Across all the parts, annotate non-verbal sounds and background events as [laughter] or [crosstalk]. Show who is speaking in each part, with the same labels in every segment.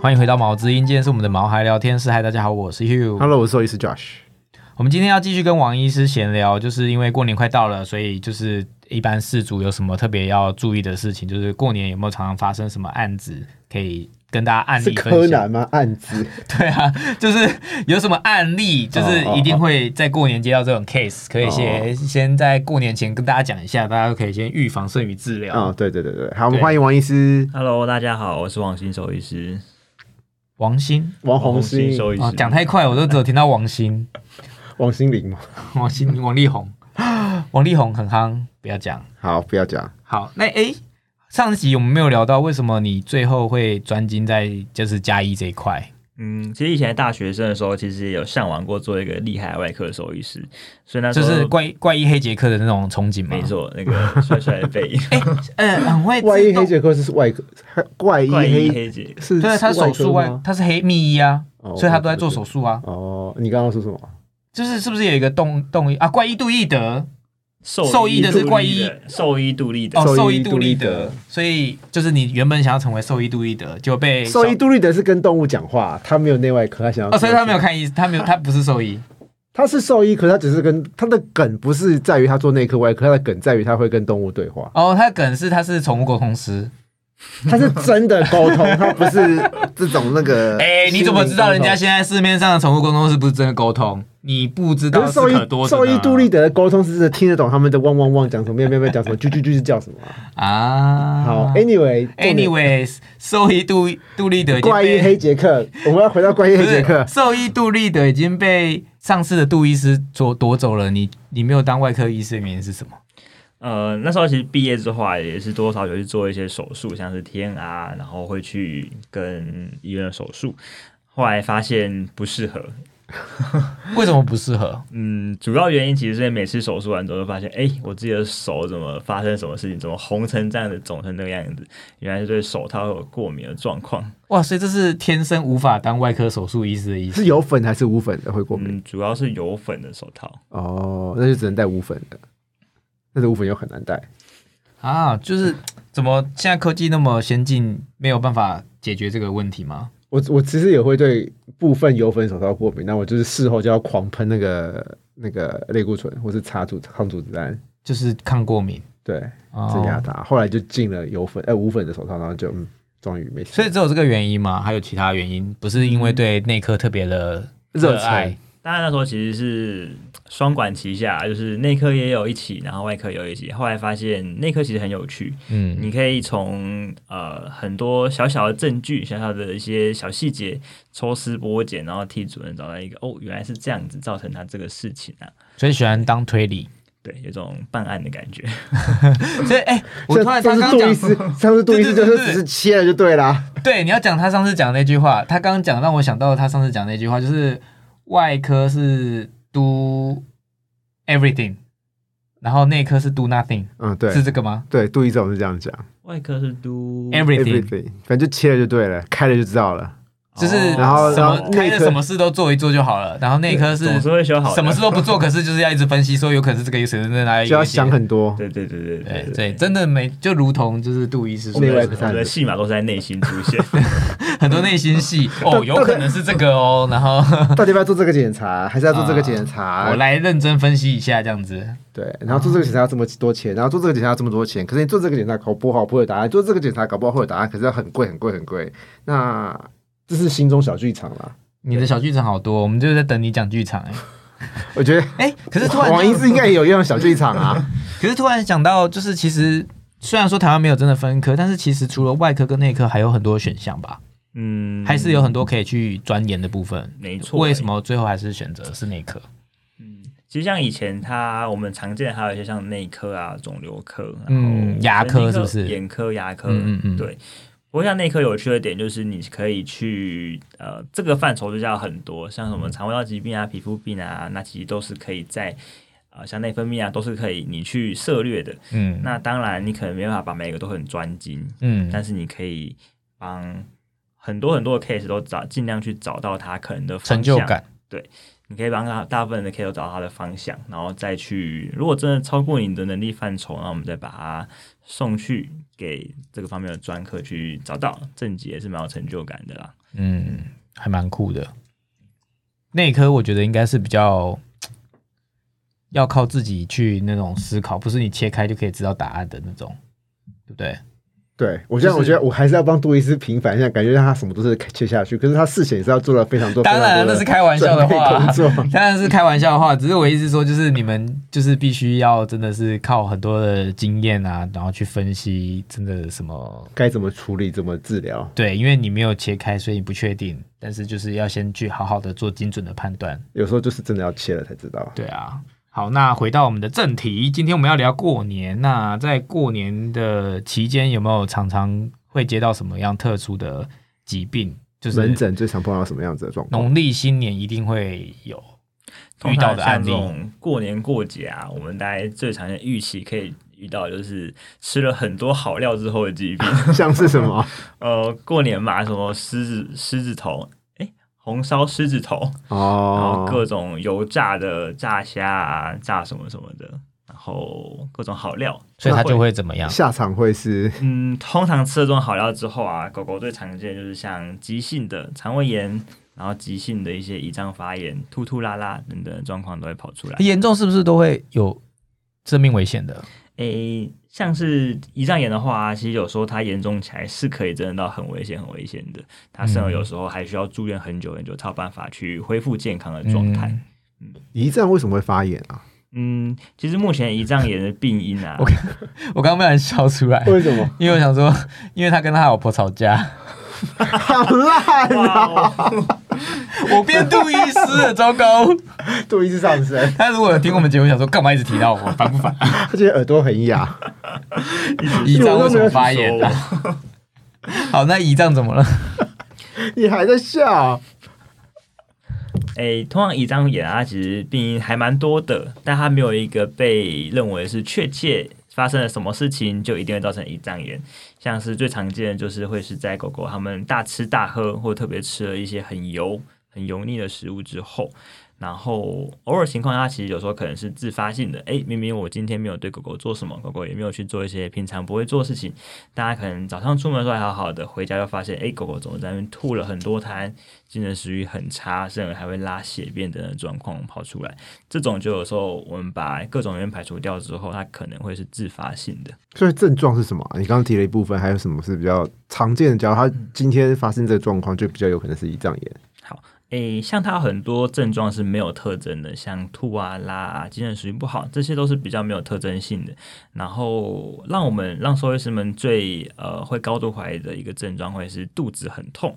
Speaker 1: 欢迎回到毛之音，今天是我们的毛孩聊天室。嗨，大家好，我是 Hugh。
Speaker 2: Hello，我是兽医师 Josh。
Speaker 1: 我们今天要继续跟王医师闲聊，就是因为过年快到了，所以就是一般事主有什么特别要注意的事情，就是过年有没有常常发生什么案子可以跟大家案
Speaker 2: 是
Speaker 1: 例
Speaker 2: 柯
Speaker 1: 分享？
Speaker 2: 南吗？案子
Speaker 1: 对啊， [laughs] 就是有什么案例，就是一定会在过年接到这
Speaker 2: 哦
Speaker 1: 种 case，可以先先在过年前跟大家讲一下，大家可以先预防胜于治疗。
Speaker 2: 啊、对对对对，好，我们
Speaker 1: 对
Speaker 2: 欢迎王医师、
Speaker 3: Hello，大家好，我是王鑫兽医师，
Speaker 1: 王鑫
Speaker 2: 王红
Speaker 3: 鑫
Speaker 2: 星、
Speaker 3: 兽医
Speaker 1: 哦，
Speaker 3: 师。
Speaker 1: 讲太快，我都只有听到王鑫、
Speaker 2: 王心凌嘛。
Speaker 1: 王鑫、王力宏、 [gasps] 王力宏很夯，不要讲。
Speaker 2: 好，不要讲。
Speaker 1: 好，那诶、上集我们没有聊到为什么你最后会专精在就是加一这一块，
Speaker 3: 嗯，其实以前大学生的时候，其实也有向往过做一个厉害的外科兽医师，所以那时
Speaker 1: 就
Speaker 3: 候
Speaker 1: 是怪怪医黑杰克的那种憧憬吗？
Speaker 3: 没，错，那个帅帅
Speaker 1: [laughs]
Speaker 3: 的背影，
Speaker 1: 嗯、很会自动
Speaker 2: 怪医黑杰克是外科，怪医
Speaker 3: 怪
Speaker 2: 黑
Speaker 3: 医黑姐。
Speaker 2: 是
Speaker 1: 对，啊他
Speaker 2: 是
Speaker 1: 手术
Speaker 2: 外
Speaker 1: 外
Speaker 2: 科吗，
Speaker 1: 他是黑密医啊，
Speaker 2: 哦
Speaker 1: 所以他都在做手术啊。
Speaker 2: 哦，你刚刚说什么？
Speaker 1: 就是是不是有一个动动医啊？怪医杜立德
Speaker 3: 兽
Speaker 1: 兽医的是怪医，
Speaker 3: 兽医杜立的。
Speaker 1: 哦，
Speaker 2: 兽医
Speaker 1: 兽医杜立
Speaker 2: 杜立
Speaker 1: 德
Speaker 2: 德。
Speaker 1: 所以就是你原本想要成为兽医杜立德，就被
Speaker 2: 兽医杜立德是跟动物讲话，他没有内外科，他想要。
Speaker 1: 哦，所以他没有，看医，他没有，他不是兽医。
Speaker 2: 他是兽医，可是他只是跟他的梗不是在于他做内科外科，他的梗在于他会跟动物对话，
Speaker 1: 哦，他可能是他是宠物沟通师。
Speaker 2: 他是真的沟通，他不是这种那个。
Speaker 1: [laughs] 哎、你怎么知道人家现在市面上的宠物沟通师不是真的沟通？你不知道
Speaker 2: 可是
Speaker 1: 是
Speaker 2: 兽医
Speaker 1: 可多着呢
Speaker 2: 兽医杜立德的沟通是真的听得懂他们的汪汪汪讲什么，喵喵喵讲什么，啾啾啾是叫什么
Speaker 1: [laughs]
Speaker 2: 啊、
Speaker 1: 啊。
Speaker 2: 好，anyway，重点
Speaker 1: ，anyways，兽医杜杜立德已经被
Speaker 2: 怪医黑杰克，我们要回到怪医
Speaker 1: 不
Speaker 2: 黑
Speaker 1: 是
Speaker 2: 杰克。
Speaker 1: 兽医杜立德已经被上次的杜医师夺夺走了，你你没有当外科医师的原因是什么？
Speaker 3: 呃，那时候其实毕业之后啊，也是多少有去做一些手术，像是啊 TNR，然后会去跟医院的手术。后来发现不适合，
Speaker 1: 为什么不适合？
Speaker 3: 嗯，主要原因其实是每次手术完之后就发现，哎、我自己的手怎么发生什么事情，怎么红成这样子，肿成那个样子，原来是对手套会有过敏的状况。
Speaker 1: 哇，所以这是天生无法当外科手术医师的意思
Speaker 2: 是。有粉还是无粉的会过敏？
Speaker 3: 嗯，主要是油粉的手套。
Speaker 2: 哦，那就只能戴无粉的，但是无粉又很难戴。
Speaker 1: 啊，就是怎么现在科技那么先进，没有办法解决这个问题吗？
Speaker 2: 我我其实也会对部分油粉手套过敏，那我就是事后就要狂喷那个那个类固醇，或是擦阻抗组织胺，
Speaker 1: 就是抗过敏，
Speaker 2: 对，
Speaker 1: 哦
Speaker 2: 镇压它。后来就进了油粉呃无粉的手套，然后就嗯，终于没事。
Speaker 1: 所以只有这个原因吗？还有其他原因？不是因为对内科特别
Speaker 2: 嗯
Speaker 1: 的热爱
Speaker 2: 忱
Speaker 3: 当然那时候其实是双管齐下，就是内科也有一起，然后外科也有一起。后来发现内科其实很有趣，
Speaker 1: 嗯，
Speaker 3: 你可以从呃很多小小的证据、小小的一些小细节抽丝剥茧，然后替主任找到一个哦，原来是这样子造成他这个事情啊。
Speaker 1: 所以喜欢当推
Speaker 2: [laughs]
Speaker 1: 理。
Speaker 3: 对，有种办案的感觉。
Speaker 1: 所以哎、我突
Speaker 2: 像
Speaker 1: 然
Speaker 2: 上
Speaker 1: 他刚
Speaker 2: 次杜
Speaker 1: 刚
Speaker 2: 医
Speaker 1: 讲，
Speaker 2: 师，上次杜医师
Speaker 1: 对
Speaker 2: 就
Speaker 1: 对对
Speaker 2: 是
Speaker 1: 对
Speaker 2: 只是切了就对啦。
Speaker 1: 对，你要讲他上次讲那句话，他刚刚讲让我想到他上次讲那句话，就是外科是 do everything，然后内科是 do nothing，
Speaker 2: 嗯，对
Speaker 1: 是这个吗
Speaker 2: 对，杜医师我是这样讲
Speaker 3: 外科是 do
Speaker 1: ？everything。
Speaker 2: ，everything，反正就切了就对了，开了就知道了。
Speaker 1: 就是
Speaker 3: 哦
Speaker 2: 然后
Speaker 1: 什
Speaker 2: 然
Speaker 1: 么
Speaker 2: 后
Speaker 1: 开
Speaker 2: 内
Speaker 1: 的
Speaker 2: 科
Speaker 1: 什么事都做一做就好了，然后内科是
Speaker 3: 总是会修好的。
Speaker 1: 什么事都不做，可是就是要一直分析，说有可能是这个，有可能是那个，
Speaker 2: 就要想很多。
Speaker 3: 对对对对
Speaker 1: 对
Speaker 3: 对
Speaker 1: 对，真的没就如同就是杜医师说
Speaker 2: 内外
Speaker 1: 的，
Speaker 2: 不
Speaker 3: 我们的戏码都是在内心出现。
Speaker 1: [laughs] 很多内心戏哦，有可能是这个哦，然后
Speaker 2: 到底要不要做这个检查，还是要做这个检查？
Speaker 1: [laughs] 啊我来认真分析一下这样子。
Speaker 2: 对，然后做这个检查要这么多钱，然后做这个检查要这么多钱。可是你做这个检查搞不好不会有答案，做这个检查搞不好会有答案，可是要很贵很贵很贵。那这是心中小剧场啦。
Speaker 1: 你的小剧场好多，我们就是在等你讲剧场哎、
Speaker 2: 我觉得
Speaker 1: 哎、可是突然
Speaker 2: 王医
Speaker 1: 就，
Speaker 2: 师应该也有一样小剧场啊。
Speaker 1: 可是突然想到，就是其实虽然说台湾没有真的分科，但是其实除了外科跟内科，还有很多选项吧，
Speaker 3: 嗯，
Speaker 1: 还是有很多可以去钻研的部分。
Speaker 3: 没错。欸
Speaker 1: 为什？么最后还是选择是内科？
Speaker 3: 其实像以前它我们常见的还有一些像内科啊、肿瘤科，然后
Speaker 1: 嗯牙科
Speaker 3: 神经
Speaker 1: 是不是
Speaker 3: 眼科、牙科，
Speaker 1: 嗯嗯嗯
Speaker 3: 对。不过像内科有趣的点就是，你可以去呃这个范畴就叫很多，像
Speaker 1: 嗯
Speaker 3: 什么肠胃道疾病啊、皮肤病啊，那其实都是可以在呃像内分泌啊，都是可以你去涉猎的。
Speaker 1: 嗯
Speaker 3: 那当然，你可能没办法把每个都很专精，
Speaker 1: 嗯，
Speaker 3: 但是你可以帮很多很多的 case 都找，尽量去找到他可能的方
Speaker 1: 成就
Speaker 3: 向。
Speaker 1: 感。
Speaker 3: 你可以帮他大部分的 K 都找到他的方向，然后再去，如果真的超过你的能力范畴，那我们再把它送去给这个方面的专科去找到，正极也是蛮有成就感的啦。
Speaker 1: 嗯，还蛮酷的。内科我觉得应该是比较要靠自己去那种思考，不是你切开就可以知道答案的那种，对不对？
Speaker 2: 对我现在，
Speaker 1: 就是
Speaker 2: 我觉得我还是要帮杜伊斯平反一下，感觉让他什么都是切下去，可是他事前也是要做了非常多。
Speaker 1: 当然啊
Speaker 2: 非常多
Speaker 1: 那是开玩笑的话
Speaker 2: 准备工作
Speaker 1: 当然是开玩笑的话，只是我意思说，就是你们 [laughs] 就是必须要真的是靠很多的经验啊，然后去分析真的什么
Speaker 2: 该怎么处理，怎么治疗。
Speaker 1: 对，因为你没有切开，所以你不确定，但是就是要先去好好的做精准的判断。
Speaker 2: 有时候就是真的要切了才知道。
Speaker 1: 对啊，好，那回到我们的正题，今天我们要聊过年。那在过年的期间，有没有常常会接到什么样特殊的疾病？就是
Speaker 2: 门诊最常碰到什么样子的状况？
Speaker 1: 农历新年一定会有遇
Speaker 3: 通
Speaker 1: 到
Speaker 3: 常
Speaker 1: 的
Speaker 3: 像
Speaker 1: 案
Speaker 3: 这
Speaker 1: 例。
Speaker 3: 种过年过节啊，我们大概最常见的预期可以遇到的就是吃了很多好料之后的疾病。
Speaker 2: [laughs] 像是
Speaker 1: [laughs]
Speaker 2: 什么？
Speaker 3: 呃，过年嘛，什么狮子狮子头，哎，红烧狮子头，然后
Speaker 2: 哦，
Speaker 3: 各种油炸的炸虾啊，炸什么什么的，然后各种好料，
Speaker 1: 所以它就会怎么样？
Speaker 2: 下场会是
Speaker 3: 嗯，通常吃了这种好料之后啊，狗狗最常见就是像急性的肠胃炎，然后急性的一些胰脏发炎、突突啦啦等等的状况都会跑出来。
Speaker 1: 严重是不是都会有生命危险的？
Speaker 3: 诶，像是胰脏炎的话、啊其实有时候它严重起来是可以真的到很危险、很危险的。它甚至
Speaker 1: 嗯
Speaker 3: 有时候还需要住院很久很久，才有办法去恢复健康的状态。
Speaker 1: 嗯
Speaker 2: 胰脏为什么会发炎啊？
Speaker 3: 嗯其实目前胰脏炎的病因啊
Speaker 1: 我，我刚刚被人笑出 [laughs] 来，
Speaker 2: 为什么？
Speaker 1: [laughs] 因为我想说，因为他跟他老婆吵架，
Speaker 2: [laughs] 好烂啊！
Speaker 3: 哇哦
Speaker 1: 我变杜医师了，糟糕！
Speaker 2: 杜伊斯上身，
Speaker 1: 他如果有听我们节目，想说干嘛一直提到我，烦不 [laughs] 烦？
Speaker 2: 他觉得耳朵很哑。
Speaker 1: 胰脏为什么发炎啊？好，那胰脏怎么了？
Speaker 2: [laughs] 你还在笑？
Speaker 3: 诶，通常胰脏炎啊，它其实病因还蛮多的，但它没有一个被认为是确切发生了什么事情就一定会造成胰脏炎。像是最常见的就是会是在狗狗它们大吃大喝，或特别吃了一些很油、很油腻的食物之后，然后偶尔情况下，其实有时候可能是自发性的。诶，明明我今天没有对狗狗做什么，狗狗也没有去做一些平常不会做的事情，大家可能早上出门的时候还好好的，回家就发现，诶，哎狗狗怎么在那边吐了很多痰，精神食欲很差，甚至还会拉血便等等状况跑出来。这种就有时候我们把各种原因排除掉之后，它可能会是自发性的。
Speaker 2: 所以症状是什么啊、你刚刚提了一部分，还有什么是比较常见的？假如他今天发生这个状况，就比较有可能是胰脏炎。
Speaker 3: 诶，像它很多症状是没有特征的，像吐啊、拉啊、精神食欲不好，这些都是比较没有特征性的。然后让我们让兽医师们最呃会高度怀疑的一个症状会是肚子很痛。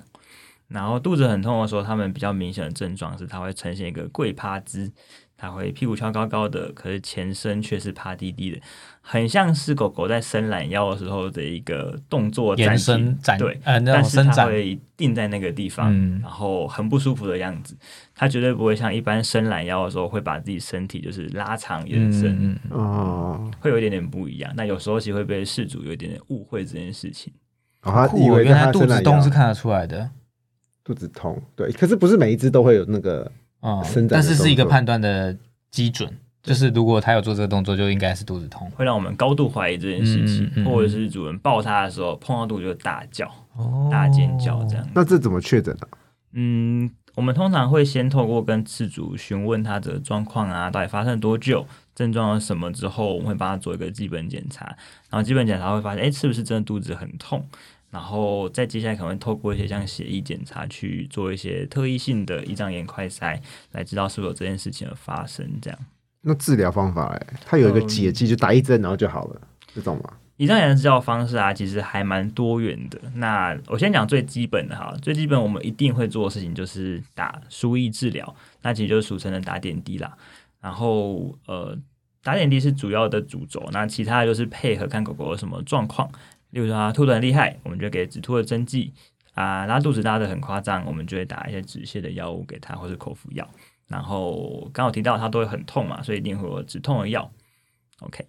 Speaker 3: 然后肚子很痛的时候，他们比较明显的症状是它会呈现一个跪趴姿，它会屁股翘高高的，可是前身却是趴低低的，很像是狗狗在伸懒腰的时候的一个动作展
Speaker 1: 延
Speaker 3: 体
Speaker 1: 伸展
Speaker 3: 对，
Speaker 1: 呃那
Speaker 3: 但
Speaker 1: 种
Speaker 3: 是
Speaker 1: 伸
Speaker 3: 它
Speaker 1: 展，
Speaker 3: 会定在那个地方，
Speaker 1: 嗯
Speaker 3: 然后很不舒服的样子。它绝对不会像一般伸懒腰的时候会把自己身体就是拉长延伸，
Speaker 1: 嗯，嗯
Speaker 2: 哦，
Speaker 3: 会有一点点不一样。那有时候其实会被事主有一点点误会这件事情。
Speaker 2: 然后他
Speaker 1: 酷
Speaker 2: 以
Speaker 1: 哦
Speaker 2: 为
Speaker 1: 原
Speaker 2: 他
Speaker 1: 来肚
Speaker 2: 伸
Speaker 1: 子
Speaker 2: 懒
Speaker 1: 动
Speaker 2: 腰
Speaker 1: 是看得出来的，
Speaker 2: 肚子痛，对。可是不是每一只都会有那个
Speaker 1: 嗯
Speaker 2: 伸展，
Speaker 1: 但
Speaker 2: 的
Speaker 1: 是是一个
Speaker 2: 动作
Speaker 1: 判断的基准，就是如果他有做这个动作，就应该是肚子痛。
Speaker 3: 会让我们高度怀疑这件事
Speaker 1: 嗯
Speaker 3: 情，
Speaker 1: 嗯嗯嗯
Speaker 3: 或者是主人抱它的时候碰到肚子就大叫、
Speaker 1: 哦
Speaker 3: 大尖叫这。样。
Speaker 2: 那这怎么确诊啊？
Speaker 3: 嗯，我们通常会先透过跟事主询问他的状况啊，到底发生多久，症状是什么之后，我们会帮他做一个基本检查，然后基本检查会发现，哎，是不是真的肚子很痛？然后再接下来可能会透过一些像血液检查去做一些特异性的胰脏炎快筛，来知道是否有这件事情的发生。这样，
Speaker 2: 那治疗方法哎、它有一个
Speaker 3: 嗯
Speaker 2: 解剂，就打一针然后就好了，这种吗？
Speaker 3: 胰脏炎的治疗方式啊，其实还蛮多元的。那我先讲最基本的哈，最基本我们一定会做的事情就是打输液治疗，那其实就是俗称的打点滴啦。然后呃，打点滴是主要的主轴，那其他的就是配合看狗狗有什么状况，例如说它吐得很厉害，我们就给止吐的针剂啊；拉肚子拉得很夸张，我们就会打一些止泻的药物给它，或是口服药。然后刚好提到它都会很痛嘛，所以一定会有止痛的药。OK，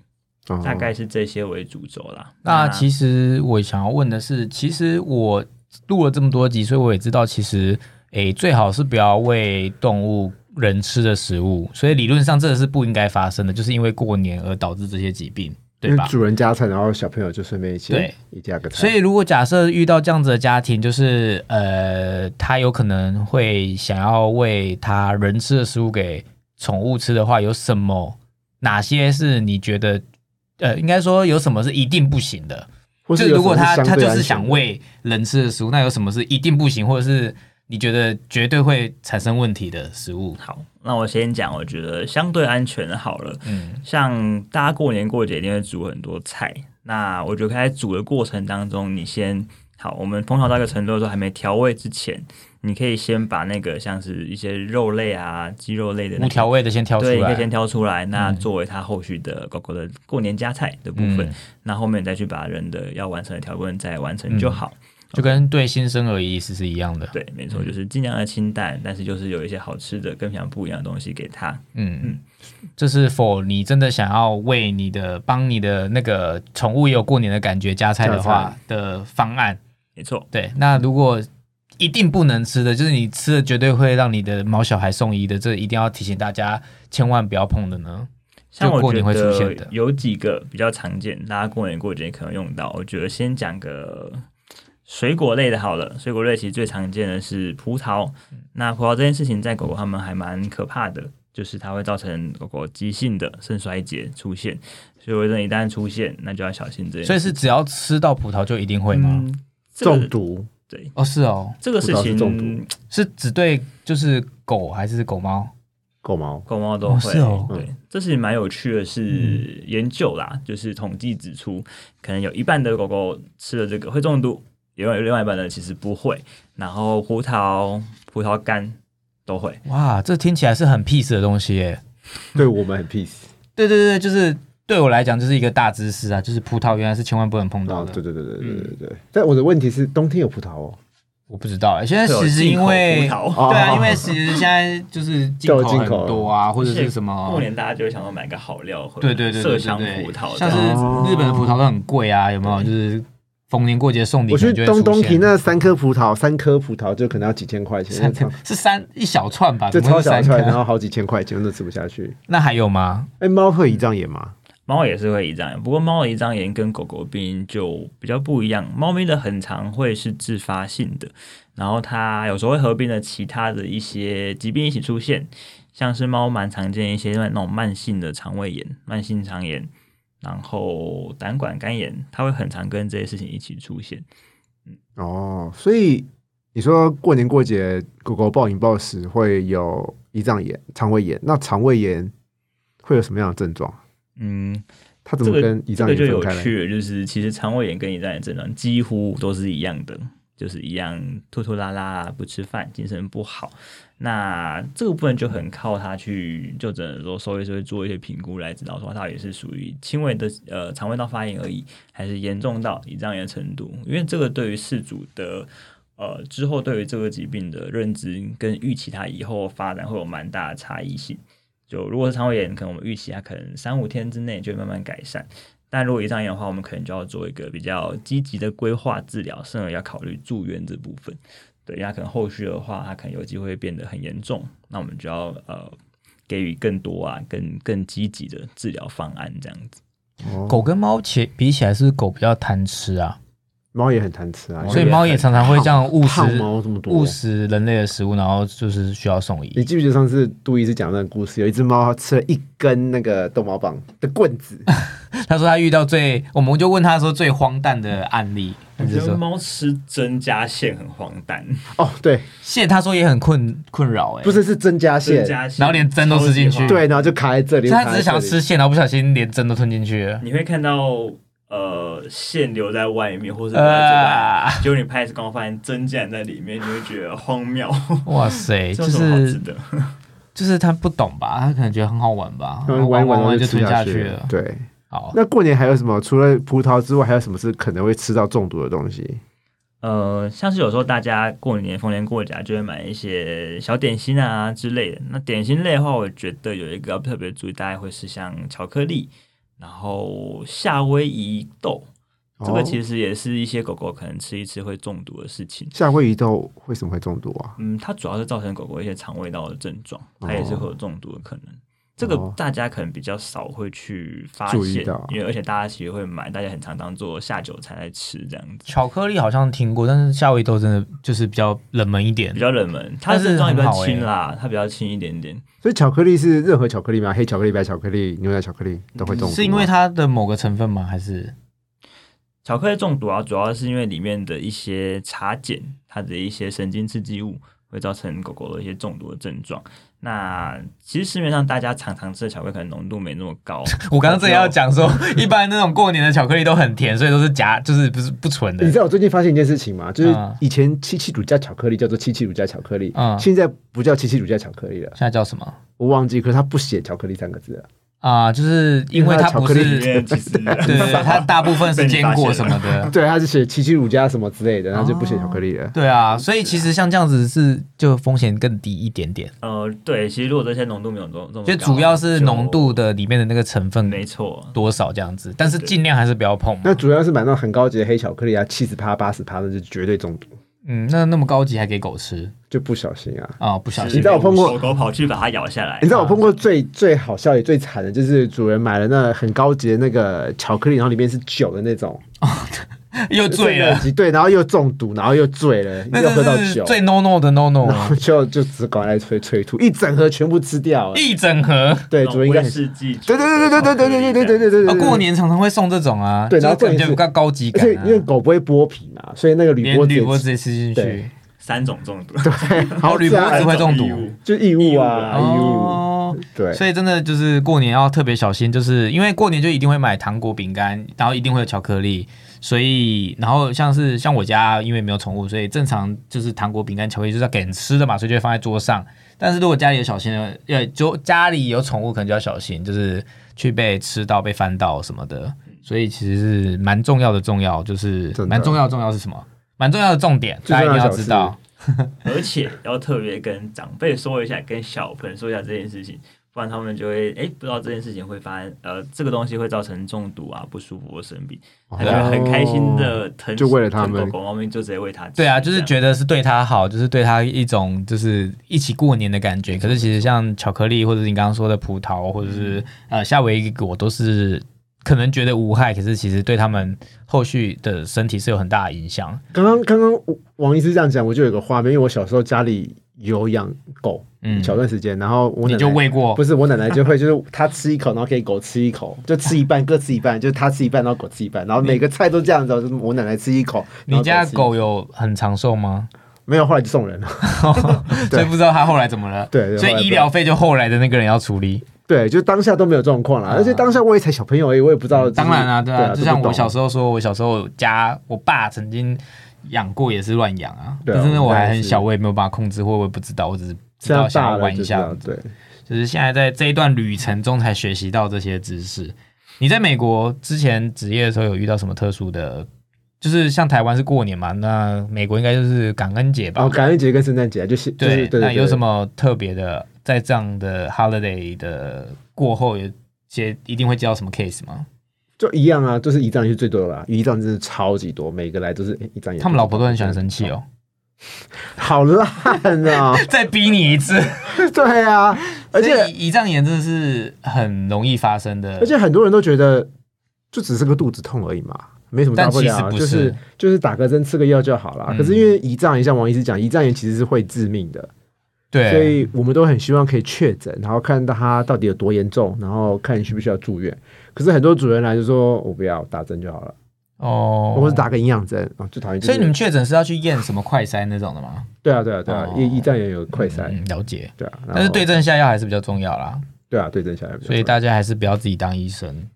Speaker 2: 哦
Speaker 3: 大概是这些为主轴啦。
Speaker 1: 那其实我想要问的是，其实我录了这么多集，所以我也知道，其实诶，最好是不要喂动物人吃的食物，所以理论上这个是不应该发生的，就是因为过年而导致这些疾病，对
Speaker 2: 因
Speaker 1: 吧
Speaker 2: 为？主人家菜，然后小朋友就顺便一起
Speaker 1: 对
Speaker 2: 一家个菜，
Speaker 1: 所以，如果假设遇到这样子的家庭，就是呃，他有可能会想要喂他人吃的食物给宠物吃的话，有什么哪些是你觉得呃，应该说有什么是一定不行的？
Speaker 2: 或
Speaker 1: 就是
Speaker 2: 有
Speaker 1: 如果
Speaker 2: 什么
Speaker 1: 他
Speaker 2: 相
Speaker 1: 他
Speaker 2: 对
Speaker 1: 就
Speaker 2: 安
Speaker 1: 是
Speaker 2: 全
Speaker 1: 想
Speaker 2: 的，
Speaker 1: 喂人吃的食物，那有什么是一定不行，或者是你觉得绝对会产生问题的食物？
Speaker 3: 好，那我先讲，我觉得相对安全的好了。
Speaker 1: 嗯，
Speaker 3: 像大家过年过节一定会煮很多菜，那我觉得在煮的过程当中，你先好，我们烹调到一个程度的时候，还没调味之前，你可以先把那个像是一些肉类啊、鸡肉类的那
Speaker 1: 无
Speaker 3: 个
Speaker 1: 调味的先挑出
Speaker 3: 对，你可以
Speaker 1: 来
Speaker 3: 先。挑出来，那作为它后续的狗狗的过年加菜的部分
Speaker 1: 嗯，
Speaker 3: 那、后面再去把人的要完成的条纹再完成
Speaker 1: 嗯
Speaker 3: 就好。
Speaker 1: 就跟对新生儿意思是一样的。
Speaker 3: 对，没错，就是尽量的清淡，但是就是有一些好吃的跟平常不一样的东西给它。
Speaker 1: 嗯，这是否你真的想要为你的帮你的那个宠物也有过年的感觉加菜的
Speaker 2: 加
Speaker 1: 话的方案？
Speaker 3: 没错，
Speaker 1: 对，那如果一定不能吃的，就是你吃了绝对会让你的毛小孩送医的，这一定要提醒大家千万不要碰的呢。
Speaker 3: 像我
Speaker 1: 过
Speaker 3: 觉
Speaker 1: 年会出现
Speaker 3: 得
Speaker 1: 的
Speaker 3: 有几个比较常见，大家过年过节可能用到。我觉得先讲个水果类的好了，水果类其实最常见的是葡萄。
Speaker 1: 嗯
Speaker 3: 那葡萄这件事情在狗狗它们还蛮可怕的，就是它会造成狗狗急性的肾衰竭出现。所以我觉得一旦出现，那就要小心这件事。
Speaker 1: 所以是只要吃到葡萄就一定会吗？
Speaker 3: 嗯这个
Speaker 2: 中毒
Speaker 3: 对
Speaker 1: 哦，是哦，
Speaker 3: 这个事
Speaker 2: 葡萄
Speaker 3: 情
Speaker 2: 是中毒
Speaker 1: 是只对就是狗还是狗猫？
Speaker 2: 狗毛，
Speaker 3: 狗猫都
Speaker 1: 哦
Speaker 3: 会。
Speaker 1: 是哦嗯
Speaker 3: 对，这事情蛮有趣的是研究啦，就是统计指出，可能有一半的狗狗吃了这个会中毒，也有另外一半的其实不会。然后葡萄、葡萄干都会。
Speaker 1: 哇，这听起来是很 peace 的东西耶。
Speaker 2: 对我们很 peace
Speaker 1: 对对对，就是对我来讲就是一个大知识啊，就是葡萄原来是千万不能碰到
Speaker 2: 啊，
Speaker 1: 的。
Speaker 2: 对对对对对对
Speaker 1: 嗯
Speaker 2: 对。但我的问题是，冬天有葡萄哦，
Speaker 1: 我不知道欸，现在
Speaker 3: 会有
Speaker 1: 其实
Speaker 3: 进
Speaker 1: 因
Speaker 3: 口
Speaker 1: 为
Speaker 3: 葡萄
Speaker 1: 对啊，
Speaker 2: 哦
Speaker 1: 因为其实现在就是进
Speaker 2: 都
Speaker 1: 口
Speaker 2: 有进
Speaker 1: 很
Speaker 2: 口
Speaker 1: 多啊，或者是什
Speaker 3: 过
Speaker 1: 么。
Speaker 3: 年大家就会想要买个好料回
Speaker 1: 对
Speaker 3: 来，
Speaker 1: 对对
Speaker 3: 麝
Speaker 1: 对
Speaker 3: 香
Speaker 1: 对
Speaker 3: 葡萄
Speaker 1: 对，
Speaker 3: 这
Speaker 1: 像
Speaker 3: 样，
Speaker 1: 是日本的葡萄都很贵啊，有没有？就是逢年过节送礼，
Speaker 2: 我去
Speaker 1: 可能就会出
Speaker 2: 东东
Speaker 1: 现 [laughs]
Speaker 2: 提那三颗葡萄，三颗葡萄就可能要几千块钱，那超
Speaker 1: 是三一小串吧，
Speaker 2: 这
Speaker 1: 怎么
Speaker 2: 超
Speaker 1: 会
Speaker 2: 小
Speaker 1: 三
Speaker 2: 串，
Speaker 1: 颗
Speaker 2: 然后好几千块钱我都吃不下去。
Speaker 1: 那还有吗？
Speaker 2: 哎，猫会胰脏炎吗？
Speaker 3: 猫也是会胰脏炎，不过猫的胰脏炎跟狗狗病就比较不一样。猫咪的很常会是自发性的，然后它有时候会合并了其他的一些疾病一起出现，像是猫蛮常见一些那种慢性的肠胃炎、慢性肠炎，然后胆管肝炎，它会很常跟这些事情一起出现。
Speaker 2: 哦，所以你说过年过节狗狗暴饮暴食会有胰脏炎、肠胃炎，那肠胃炎会有什么样的症状？
Speaker 3: 嗯，
Speaker 2: 它怎
Speaker 3: 这
Speaker 2: 么
Speaker 3: 个
Speaker 2: 跟胰
Speaker 3: 这
Speaker 2: 脏
Speaker 3: 个
Speaker 2: 炎
Speaker 3: 就
Speaker 2: 分
Speaker 3: 有
Speaker 2: 开来？
Speaker 3: 趣了，就是其实肠胃炎跟胰脏炎症状几乎都是一样的，就是一样拖拖拉拉、不吃饭、精神不好。那这个部分就很靠他去就诊的时候，兽医师会做一些评估来知道说他到底是属于轻微的呃肠胃道发炎而已，还是严重到胰脏炎的程度。因为这个对于事主的呃之后对于这个疾病的认知跟预期，它以后发展会有蛮大的差异性。就如果是肠胃炎，可能我们预期它可能三五天之内就会慢慢改善。但如果胰脏炎的话，我们可能就要做一个比较积极的规划治疗，甚至要考虑住院这部分。对，那可能后续的话，它可能有机会变得很严重，那我们就要呃给予更多啊、更更积极的治疗方案这样子。
Speaker 2: 哦
Speaker 1: 狗跟猫其比起来，是不是狗比较贪吃啊？
Speaker 2: 猫也很贪吃
Speaker 3: 哦
Speaker 2: 啊，
Speaker 1: 所以猫也常常会这样误食
Speaker 2: 胖猫这么多
Speaker 1: 误食人类的食物，然后就是需要送
Speaker 2: 你
Speaker 1: 医。
Speaker 2: 记不记得上次杜医师讲的那个故事？有一只猫吃了一根那个逗猫棒的棍子，
Speaker 1: 他说他遇到最，我们就问他说最荒诞的案例，他就说
Speaker 3: 猫吃针加线很荒 [laughs] 诞，
Speaker 2: 哦，对，
Speaker 1: 蟹，他说也很困困扰哎、
Speaker 2: 不是是针加线，
Speaker 1: 然后连针都吃进去
Speaker 2: 对，然后就卡在这里，
Speaker 1: 就他只是
Speaker 2: 卡
Speaker 1: 想
Speaker 2: 在
Speaker 1: 要
Speaker 2: 这里
Speaker 1: 吃蟹，然后不小心连针都吞进去了。
Speaker 3: 你会看到呃线留在外面，或是留在嘴巴，
Speaker 1: 啊，
Speaker 3: 结果你拍 X 光发现针竟然在里面，你会觉得荒谬，
Speaker 1: 呃
Speaker 2: [laughs]
Speaker 1: 哇塞，
Speaker 3: 这
Speaker 1: 就
Speaker 3: 有什么好
Speaker 1: 是
Speaker 3: 值得？
Speaker 1: 就是他不懂吧，他可能觉得很好玩吧，
Speaker 2: 然后嗯玩一
Speaker 1: 玩
Speaker 2: 玩然后
Speaker 1: 就
Speaker 2: 吃
Speaker 1: 吞
Speaker 2: 下
Speaker 1: 去
Speaker 2: 了哦
Speaker 1: 了。
Speaker 2: 对，
Speaker 1: 好，
Speaker 2: 那过年还有什么？除了葡萄之外，还有什么是可能会吃到中毒的东西？
Speaker 3: 呃，像是有时候大家过年逢年过节啊就会买一些小点心啊之类的。那点心类的话，我觉得有一个要特别注意，大概会是像巧克力，然后夏威夷豆，这个
Speaker 2: 哦
Speaker 3: 其实也是一些狗狗可能吃一吃会中毒的事情。
Speaker 2: 夏威夷豆为什么会中毒啊？
Speaker 3: 嗯，它主要是造成狗狗一些肠胃道的症状，它也是
Speaker 1: 哦
Speaker 3: 会有中毒的可能。这个
Speaker 2: 哦
Speaker 3: 大家可能比较少会去发
Speaker 2: 注意
Speaker 3: 现
Speaker 2: 到，
Speaker 3: 因为而且大家其实会买，大家很常当做下酒菜来吃这样子，
Speaker 1: 巧克力好像听过，但是夏威夷豆真的就是比较冷门一点
Speaker 3: 比，较冷门。它
Speaker 1: 但
Speaker 3: 的
Speaker 1: 是
Speaker 3: 症状也比较
Speaker 1: 很好欸
Speaker 3: 轻啦，它比较轻一点点。
Speaker 2: 所以巧克力是任何巧克力吗？黑巧克力、白巧克力、牛奶巧克力都会中毒吗，
Speaker 1: 是因为它的某个成分吗？还是，
Speaker 3: 巧克力中毒啊，主要是因为里面的一些茶碱，它的一些神经刺激物会造成狗狗的一些中毒的症状。那其实市面上大家常常吃的巧克力可能浓度没那么高
Speaker 1: [laughs] 我刚刚正要讲
Speaker 2: [laughs]
Speaker 1: 说，
Speaker 2: 啊
Speaker 1: 一般那种过年的巧克力都很甜，所以都是夹，就是不是不纯的
Speaker 2: 你。知道我最近发现一件事情吗？就是
Speaker 1: 嗯
Speaker 2: 以前七七乳加巧克力叫做七七乳加巧克力，
Speaker 1: 嗯
Speaker 2: 现在不叫七七乳加巧克力了，
Speaker 1: 现在叫什么
Speaker 2: 我忘记，可是它不写巧克力三个字了。
Speaker 1: 啊、就是因为它不
Speaker 2: 因为它巧克力
Speaker 1: 是
Speaker 3: 因，为其实 [laughs]
Speaker 1: 对对对，它大部分
Speaker 2: [laughs]
Speaker 1: 是坚果什么的。
Speaker 2: 对，它是写七七乳加什么之类的，然后就不写巧克力了。
Speaker 1: 对啊，所以其实像这样子是就风险更低一点点，
Speaker 3: 呃，对，其实如果这些浓度没有这么这么高，
Speaker 1: 就主要是
Speaker 3: 就
Speaker 1: 浓度，的里面的那个成分
Speaker 3: 哦没错，
Speaker 1: 多少这样子，但是尽量还是不要碰嘛。
Speaker 2: 那主要是买那种很高级的黑巧克力啊，七十趴、八十趴，那就绝对中毒，
Speaker 1: 嗯，那那么高级还给狗吃
Speaker 2: 就不小心啊。
Speaker 1: 啊、不小
Speaker 3: 就是
Speaker 1: 心
Speaker 2: 你知道我碰过
Speaker 3: 狗狗跑去把它咬下来，
Speaker 2: 你知道我碰过最最好笑也最惨的，就是主人买了那很高级的那个巧克力，然后里面是酒的那种，
Speaker 1: 又醉了，
Speaker 2: 是，对，然后又中毒，然后又醉了，
Speaker 1: 那
Speaker 2: 又喝到
Speaker 1: 真是
Speaker 2: 酒，
Speaker 1: 最 no no 的 no no
Speaker 2: 然后
Speaker 1: 了，
Speaker 2: 就就只管来催催吐，一整盒全部吃掉了。
Speaker 1: 一整盒。
Speaker 2: 对，
Speaker 3: 那种
Speaker 2: 主人应该
Speaker 3: 威
Speaker 2: 很
Speaker 3: 士忌
Speaker 2: 对
Speaker 3: 酒的
Speaker 2: 对
Speaker 3: 巧克力这
Speaker 2: 对
Speaker 3: 样，
Speaker 2: 对对对对对对对对
Speaker 1: 啊，
Speaker 2: 对对。
Speaker 1: 过年常常会送这种啊，
Speaker 2: 对
Speaker 1: 就
Speaker 2: 然
Speaker 1: 是
Speaker 2: 后重
Speaker 1: 感觉
Speaker 2: 点是
Speaker 1: 比较高级
Speaker 2: 而
Speaker 1: 感、
Speaker 2: 且
Speaker 1: 啊
Speaker 2: 因，为狗不会剥皮嘛，所以那个铝箔
Speaker 1: 连铝
Speaker 2: 纸
Speaker 1: 箔纸也吃进去
Speaker 2: 对，
Speaker 3: 三种中毒，
Speaker 1: 然后铝箔
Speaker 2: 啊
Speaker 1: 纸会中毒
Speaker 3: 三种异物
Speaker 2: 就异物啊，
Speaker 3: 哎
Speaker 2: 异物。
Speaker 1: 哦。
Speaker 2: 对，
Speaker 1: 所以真的就是过年要特别小心，就是因为过年就一定会买糖果、饼干，然后一定会有巧克力，所以然后像是像我家因为没有宠物，所以正常就是糖果、饼干、巧克力就是要给人吃的嘛，所以就会放在桌上。但是如果家里有小心的，呃，就家里有宠物可能就要小心，就是去被吃到、被翻到什么的。所以其实是蛮重要的，重要就是
Speaker 2: 真的
Speaker 1: 蛮重要的，重要是什么？蛮重要的重点，
Speaker 2: 最
Speaker 1: 大家
Speaker 2: 重
Speaker 1: 一
Speaker 2: 要
Speaker 1: 定要
Speaker 2: 的小
Speaker 1: 知
Speaker 2: 事
Speaker 1: 道。
Speaker 3: 而且要特别跟长辈说一下，跟小朋友说一下这件事情，不然他们就会哎、不知道这件事情会发生，呃，这个东西会造成中毒啊、不舒服或生病，他就会很开心的疼，
Speaker 2: 就为了他们
Speaker 3: 疼狗狗猫咪就直接喂它吃。
Speaker 1: 对啊，就是
Speaker 3: 这样
Speaker 1: 觉得是对他好，就是对他一种就是一起过年的感
Speaker 2: 嗯
Speaker 1: 觉。可是其实像巧克力，或者是你刚刚说的葡萄，或者是
Speaker 2: 嗯
Speaker 1: 呃夏威夷果，都是可能觉得无害，可是其实对他们后续的身体是有很大的影响。
Speaker 2: 刚刚刚刚王医师这样讲，我就有个画面，因为我小时候家里有养狗，
Speaker 1: 嗯，
Speaker 2: 小段时间，然后我奶
Speaker 1: 你
Speaker 2: 奶
Speaker 1: 就喂过
Speaker 2: 不是我奶奶就会，就是她吃一口，然后给狗吃一口，就吃一半，各吃一半，就是她吃一半，然后狗吃一半，然后每个菜都这样子哦，就是我奶奶吃一口，然
Speaker 1: 嗯你
Speaker 2: 后
Speaker 1: 家
Speaker 2: 吃一
Speaker 1: 狗啊有很长寿吗？
Speaker 2: 没有，后来就送人了。
Speaker 1: 所以不知道它后来怎么了。
Speaker 2: 对对
Speaker 1: 所
Speaker 2: 后来
Speaker 1: 以
Speaker 2: 不
Speaker 1: 医
Speaker 2: 知道
Speaker 1: 疗费就后来的那个人要处理。
Speaker 2: 对，就当下都没有状况啦，而且当下我也才小朋友而已，我也不知道。
Speaker 1: 当然啊，
Speaker 2: 就
Speaker 1: 对
Speaker 2: 是
Speaker 1: 啊，
Speaker 2: 啊，
Speaker 1: 就像我小
Speaker 2: 候，
Speaker 1: 时候说，我小时候家我爸曾经养过，也是乱养啊。
Speaker 2: 对啊
Speaker 1: 但是呢，
Speaker 2: 我
Speaker 1: 我
Speaker 2: 们家
Speaker 1: 还
Speaker 2: 也
Speaker 1: 很
Speaker 2: 是
Speaker 1: 小，我也没有办法控制，或我也不知道，我只是知
Speaker 2: 现
Speaker 1: 道
Speaker 2: 在
Speaker 1: 想
Speaker 2: 大
Speaker 1: 要
Speaker 2: 了
Speaker 1: 玩一
Speaker 2: 就啊知
Speaker 1: 下
Speaker 2: 道，。对，
Speaker 1: 就是现在在这一段旅程中才学习到这些知识。你在美国之前职业的时候，有遇到什么特殊的？就是像台湾是过年嘛，那美国应该就是感恩节吧？
Speaker 2: 然后哦感恩节跟圣诞节就是就是
Speaker 1: 对，
Speaker 2: 对
Speaker 1: 那
Speaker 2: 对，
Speaker 1: 有什
Speaker 2: 么？
Speaker 1: 么特别的？在这样的 holiday 的过后，有接一定会接到什么 case 吗？
Speaker 2: 就一样啊，就是一仗就最多了啦，一仗真是超级多，每个来都是诶一仗也。
Speaker 1: 他们老婆都很喜欢生气哦，
Speaker 2: 好烂
Speaker 1: [laughs]
Speaker 2: 啊！
Speaker 1: 再逼你一次。
Speaker 2: 对啊，而且
Speaker 1: 所以胰脏炎真的是很容易发生的，
Speaker 2: 而且很多人都觉得就只是个肚子痛而已嘛，没什么大不了啊，
Speaker 1: 但其实不
Speaker 2: 就是是就是打个针吃个药就好啦。
Speaker 1: 嗯
Speaker 2: 可是因为胰脏炎，像王医师讲，胰脏炎其实是会致命的，所
Speaker 1: 对，
Speaker 2: 以我们都很希望可以确诊，然后看到它到底有多严重，然后看你需不需要住院。可是很多主人来就说我不要打针就好了，
Speaker 1: 哦，
Speaker 2: 或者打个营养针啊，最讨厌就是。
Speaker 1: 所以你们确诊是要去验什么快筛那种的吗？
Speaker 2: 对啊对啊对啊
Speaker 1: 哦，
Speaker 2: 胰胰脏炎有快筛，
Speaker 1: 嗯，了解。
Speaker 2: 对啊，然后
Speaker 1: 但是对症下药还是比较重要啦，
Speaker 2: 对啊对症下药比较
Speaker 1: 所以大家还是不要自己当医生。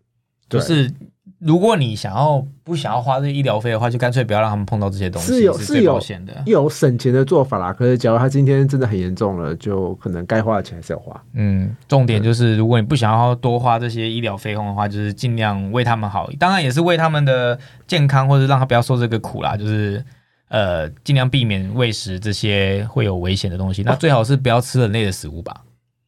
Speaker 1: 就
Speaker 2: 对
Speaker 1: 是如果你想要不想要花这医疗费的话，就干脆不要让他们碰到这些东西，
Speaker 2: 是有
Speaker 1: 是
Speaker 2: 是
Speaker 1: 最
Speaker 2: 有
Speaker 1: 保险的。
Speaker 2: 有省钱的做法啦。可是假如他今天真的很严重了，就可能该花的钱还是要花。
Speaker 1: 嗯，重点就是，如果你不想要多花这些医疗费用的话，就是尽量为他们好，当然也是为他们的健康，或者让他不要受这个苦啦。就是呃，尽量避免喂食这些会有危险的东西。那最好是不要吃人类的食物吧。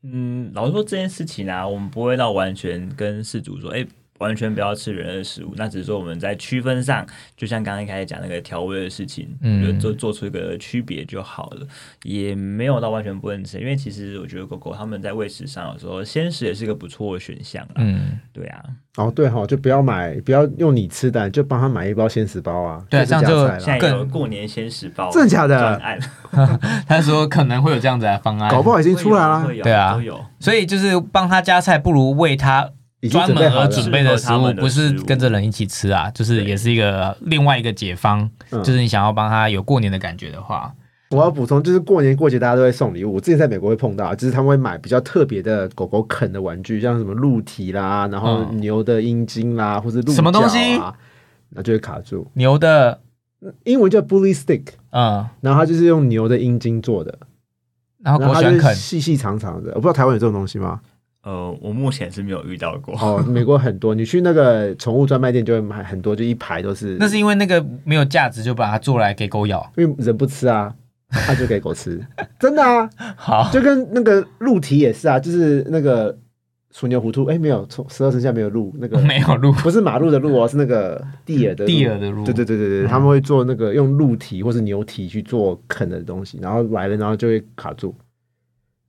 Speaker 3: 嗯，老实说这件事情啊，我们不会到完全跟事主说，哎、完全不要吃人类的食物。那只是说我们在区分上，就像刚刚一开始讲那个调味的事情，
Speaker 1: 嗯
Speaker 3: 就做做出一个区别就好了，也没有到完全不能吃。因为其实我觉得狗狗它们在喂食上，有时候鲜食也是一个不错的选项啦。
Speaker 1: 嗯，
Speaker 3: 对啊，
Speaker 2: 哦，对哈、就不要买，不要用你吃的，就帮他买一包鲜食包啊。
Speaker 1: 对啊
Speaker 2: 是
Speaker 1: 这样
Speaker 2: 加
Speaker 1: 就
Speaker 2: 菜啦
Speaker 3: 现在有
Speaker 1: 更
Speaker 3: 过年鲜食包，
Speaker 2: 真的假的
Speaker 3: 专案
Speaker 1: 他说可能会有这样子的方案，
Speaker 2: 搞不好已经出来了
Speaker 3: 会有，会有
Speaker 1: 对啊
Speaker 3: 都有。
Speaker 1: 所以就是帮他加菜，不如为他
Speaker 2: 已经
Speaker 1: 专
Speaker 2: 准备
Speaker 1: 门
Speaker 2: 好
Speaker 1: 而
Speaker 2: 了。
Speaker 1: 准备的食
Speaker 3: 适合他
Speaker 1: 物，
Speaker 3: 们的
Speaker 1: 不是
Speaker 3: 食物
Speaker 1: 跟着人一起吃啊，就是
Speaker 3: 对
Speaker 1: 也是一个另外一个解方，
Speaker 2: 嗯
Speaker 1: 就是你想要帮他有过年的感觉的话，
Speaker 2: 我要补充，就是过年过节大家都会送礼物，我之前在美国会碰到，就是他们会买比较特别的狗狗啃的玩具，像什么鹿蹄啦，然后
Speaker 1: 嗯
Speaker 2: 牛的阴茎啦，或者鹿、啊、
Speaker 1: 什么东西，
Speaker 2: 那就会卡住。
Speaker 1: 牛的，
Speaker 2: 英文叫 bully stick，
Speaker 1: 嗯，然
Speaker 2: 然后它就是用牛的阴茎做的，
Speaker 1: 后
Speaker 2: 然
Speaker 1: 狗
Speaker 2: 后它
Speaker 1: 喜
Speaker 2: 就
Speaker 1: 欢
Speaker 2: 是
Speaker 1: 啃，
Speaker 2: 细细长长的。我不知道台湾有这种东
Speaker 1: [laughs]
Speaker 2: 西吗？
Speaker 3: 呃，我目前是没有遇到过。
Speaker 2: 哦，美国很多，你去那个宠物专卖店就会买很多，就一排都是。
Speaker 1: 那是因为那个没有价值，就把它做来给狗咬。
Speaker 2: 因为人不吃啊，它就给狗吃， [laughs] 真的啊，
Speaker 1: 好，
Speaker 2: 就跟那个鹿蹄也是啊，就是那个鼠牛虎兔，哎、没有，从十二生肖没有鹿，那个
Speaker 1: [laughs] 没有录
Speaker 2: 不是马路的路哦，是那个地耳的鹿
Speaker 1: 地耳的鹿，嗯
Speaker 2: 对对对对对，他们会做那个用鹿蹄或是牛蹄去做啃的东西，然后来了，然后就会卡住，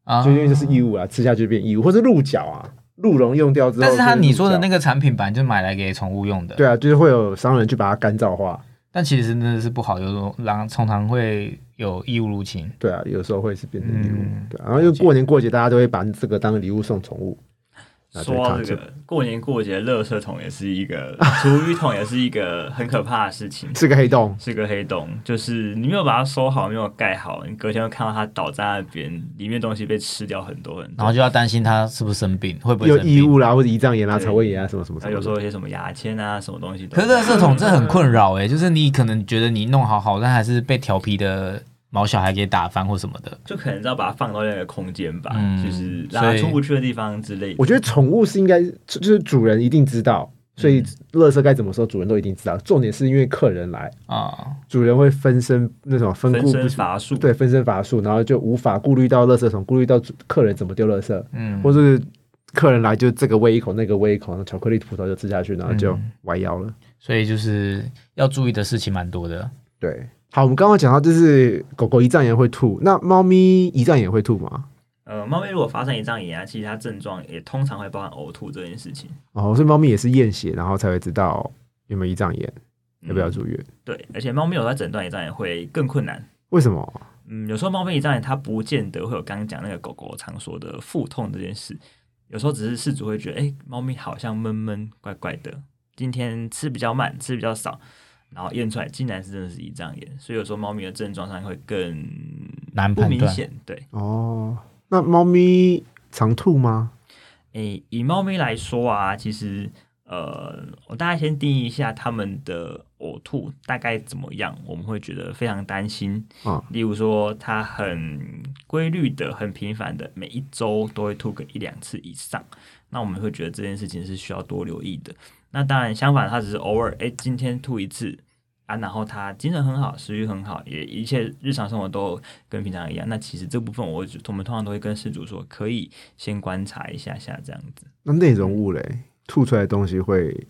Speaker 1: 啊
Speaker 2: 就因为这是异物啊，吃下去变异物，或是鹿角啊，鹿茸用掉之后，
Speaker 1: 但是他你说的那
Speaker 2: 个，
Speaker 1: 个产品版就买来给宠物用的，
Speaker 2: 对啊，就是会有商人去把它干燥化，
Speaker 1: 但其实真的是不好，有种狼常常会有异物入侵。
Speaker 2: 对啊，有时候会是变成礼物，
Speaker 1: 嗯
Speaker 2: 对啊、然后因为过年过节，大家都会把这个当礼物送宠物。啊对
Speaker 3: 说到
Speaker 2: 卡
Speaker 3: 这
Speaker 2: 住
Speaker 3: 个，过年过节，垃圾桶也是一个， [laughs] 厨余桶也是一个很可怕的事情，
Speaker 2: 是个黑洞，
Speaker 3: 是个黑洞，就是你没有把它收好，没有盖好，你隔天会看到它倒在那边，里面东西被吃掉很多很
Speaker 1: 然
Speaker 3: 多。
Speaker 1: 后就要担心它是不是生病，会不会
Speaker 2: 有
Speaker 1: 生
Speaker 2: 异
Speaker 1: 病？哎
Speaker 2: 物啦，或者胰脏炎啊、
Speaker 3: 对
Speaker 2: 肠胃炎啊，什么什么什
Speaker 3: 还
Speaker 2: 么的。
Speaker 3: 有时候有些什么牙签啊，什么东西都
Speaker 1: 可是
Speaker 3: 有。
Speaker 1: 垃圾桶这很困扰哎、就是你可能觉得你弄好好，但还是被调皮的毛小孩给打翻或什么的。
Speaker 3: 就可能要把它放到那个空间吧，
Speaker 1: 嗯
Speaker 3: 就是让
Speaker 1: 所
Speaker 3: 它
Speaker 1: 以
Speaker 3: 出不去的地方之类的。
Speaker 2: 我觉得宠物是应该，就就是主人一定知道，所以
Speaker 1: 嗯
Speaker 2: 垃圾该怎么收，主人都一定知道。重点是因为客人来，
Speaker 1: 啊、
Speaker 2: 主人会分身那种分
Speaker 3: 分
Speaker 2: 顾不
Speaker 3: 身乏术，
Speaker 2: 对分身乏术，然后就无法顾虑到垃圾桶，顾虑到主客人怎么丢垃圾，
Speaker 1: 嗯，
Speaker 2: 或是客人来就这个喂一口，那个喂一口，然后巧克力葡萄就吃下去，然后就
Speaker 1: 嗯
Speaker 2: 歪腰了。
Speaker 1: 所以就是要注意的事情蛮多的。
Speaker 2: 对，好，我们刚刚讲到就是狗狗胰脏炎会吐，那猫咪胰脏炎会吐吗？
Speaker 3: 呃，猫咪如果发生胰脏炎啊，其实它症状也通常会包含呕吐这件事情。
Speaker 2: 哦，所以猫咪也是验血，然后才会知道有没有胰脏炎，
Speaker 3: 嗯
Speaker 2: 要不要住院？
Speaker 3: 对，而且猫咪有在诊断胰脏炎会更困难。
Speaker 2: 为什么？
Speaker 3: 嗯，有时候猫咪胰脏炎它不见得会有刚刚讲那个狗狗常说的腹痛这件事，有时候只是事主会觉得，哎、猫咪好像闷闷怪怪的，今天吃比较慢，吃比较少，然后验出来竟然是真的是胰脏炎，所以有时候猫咪的症状上会更
Speaker 1: 难
Speaker 3: 不
Speaker 1: 判
Speaker 3: 明
Speaker 1: 断
Speaker 3: 显。对，
Speaker 2: 哦，那猫咪常吐吗？
Speaker 3: 诶、以猫咪来说啊，其实呃，我大概先定义一下它们的呕吐大概怎么样，我们会觉得非常担心。
Speaker 2: 啊、
Speaker 3: 例如说，它很规律的、很频繁的，每一周都会吐个一两次以上，那我们会觉得这件事情是需要多留意的。那当然，相反，它只是偶尔，诶、今天吐一次。啊，然后它精神很好，食欲很好，也一切日常生活都跟平常一样。那其实这部分我会觉我们通常都会跟事主说，可以先观察一下下这样子。
Speaker 2: 那内容物嘞，吐出来的东西会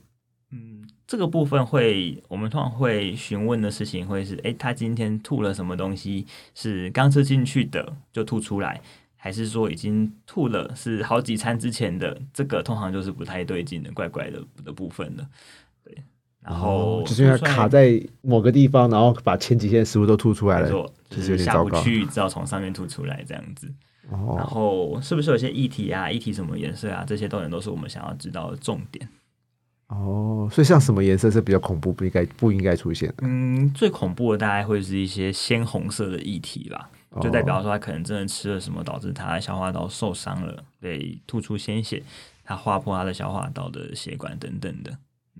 Speaker 3: 嗯，这个部分会，我们通常会询问的事情会是，诶，他今天吐了什么东西？是刚吃进去的就吐出来，还是说已经吐了是好几餐之前的？这个通常就是不太对劲的，怪怪的的部分了。对，然后、
Speaker 2: 哦就是因为它卡在某个地方，然后把前几天的食物都吐出来
Speaker 3: 没
Speaker 2: 了。
Speaker 3: 错，就
Speaker 2: 就是有
Speaker 3: 是
Speaker 2: 点
Speaker 3: 下
Speaker 2: 糟
Speaker 3: 不
Speaker 2: 糕
Speaker 3: 去，只好从上面吐出来这样子。然
Speaker 2: 哦，
Speaker 3: 后是不是有些液体啊、液体什么颜色啊，这些都能都是我们想要知道的重点。
Speaker 2: 哦，所以像什么颜色是比较恐怖，不应该不应该出现的？
Speaker 3: 嗯，最恐怖的大概会是一些鲜红色的液体吧，
Speaker 1: 嗯
Speaker 3: 就代表
Speaker 2: 哦
Speaker 3: 说他可能真的吃了什么，导致他消化道受伤了，被吐出鲜血，他划破他的消化道的血管等等的。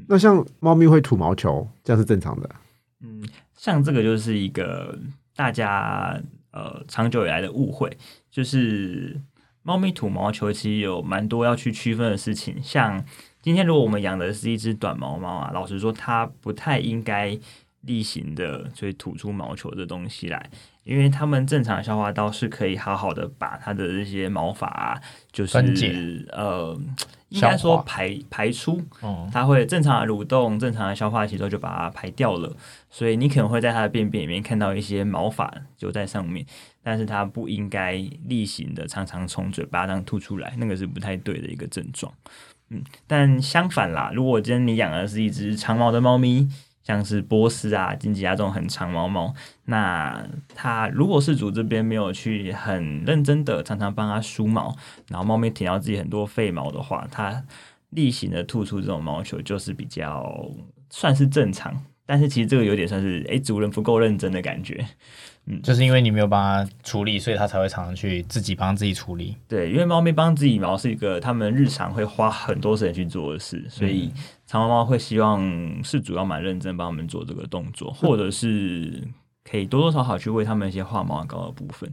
Speaker 2: 那像猫咪会吐毛球，这样是正常的。
Speaker 3: 嗯，像这个就是一个大家呃长久以来的误会，就是猫咪吐毛球其实有蛮多要去区分的事情。像今天如果我们养的是一只短毛猫啊，老实说它不太应该例行的，所以吐出毛球的东西来，因为他们正常的消化道是可以好好的把它的这些毛发啊、就
Speaker 1: 分解
Speaker 3: 是呃，应该
Speaker 1: 消
Speaker 3: 说
Speaker 1: 化
Speaker 3: 排排出，
Speaker 1: 哦，
Speaker 3: 它会正常的蠕动、正常的消化吸收就把它排掉了，所以你可能会在它的便便里面看到一些毛发就在上面，但是它不应该例行的常常从嘴巴上吐出来，那个是不太对的一个症状。嗯，但相反啦，如果今天你养的是一只长毛的猫咪，像是波斯啊、金吉啊这种很长毛猫，那它如果是主这边没有去很认真的常常帮它梳毛，然后猫咪舔到自己很多废毛的话，它例行的吐出这种毛球就是比较算是正常，但是其实这个有点算是诶主人不够认真的感觉。
Speaker 4: 就是因为你没有帮它处理，所以它才会常常去自己帮自己处理。
Speaker 3: 对，因为猫咪帮自己毛是一个它们日常会花很多时间去做的事，所以长毛猫会希望饲主要蛮认真帮它们做这个动作，或者是可以多多少少去为它们一些化毛膏的部分。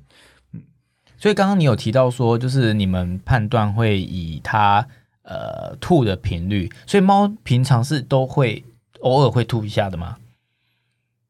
Speaker 4: 所以刚刚你有提到说，就是你们判断会以它呃吐的频率，所以猫平常是都会偶尔会吐一下的吗？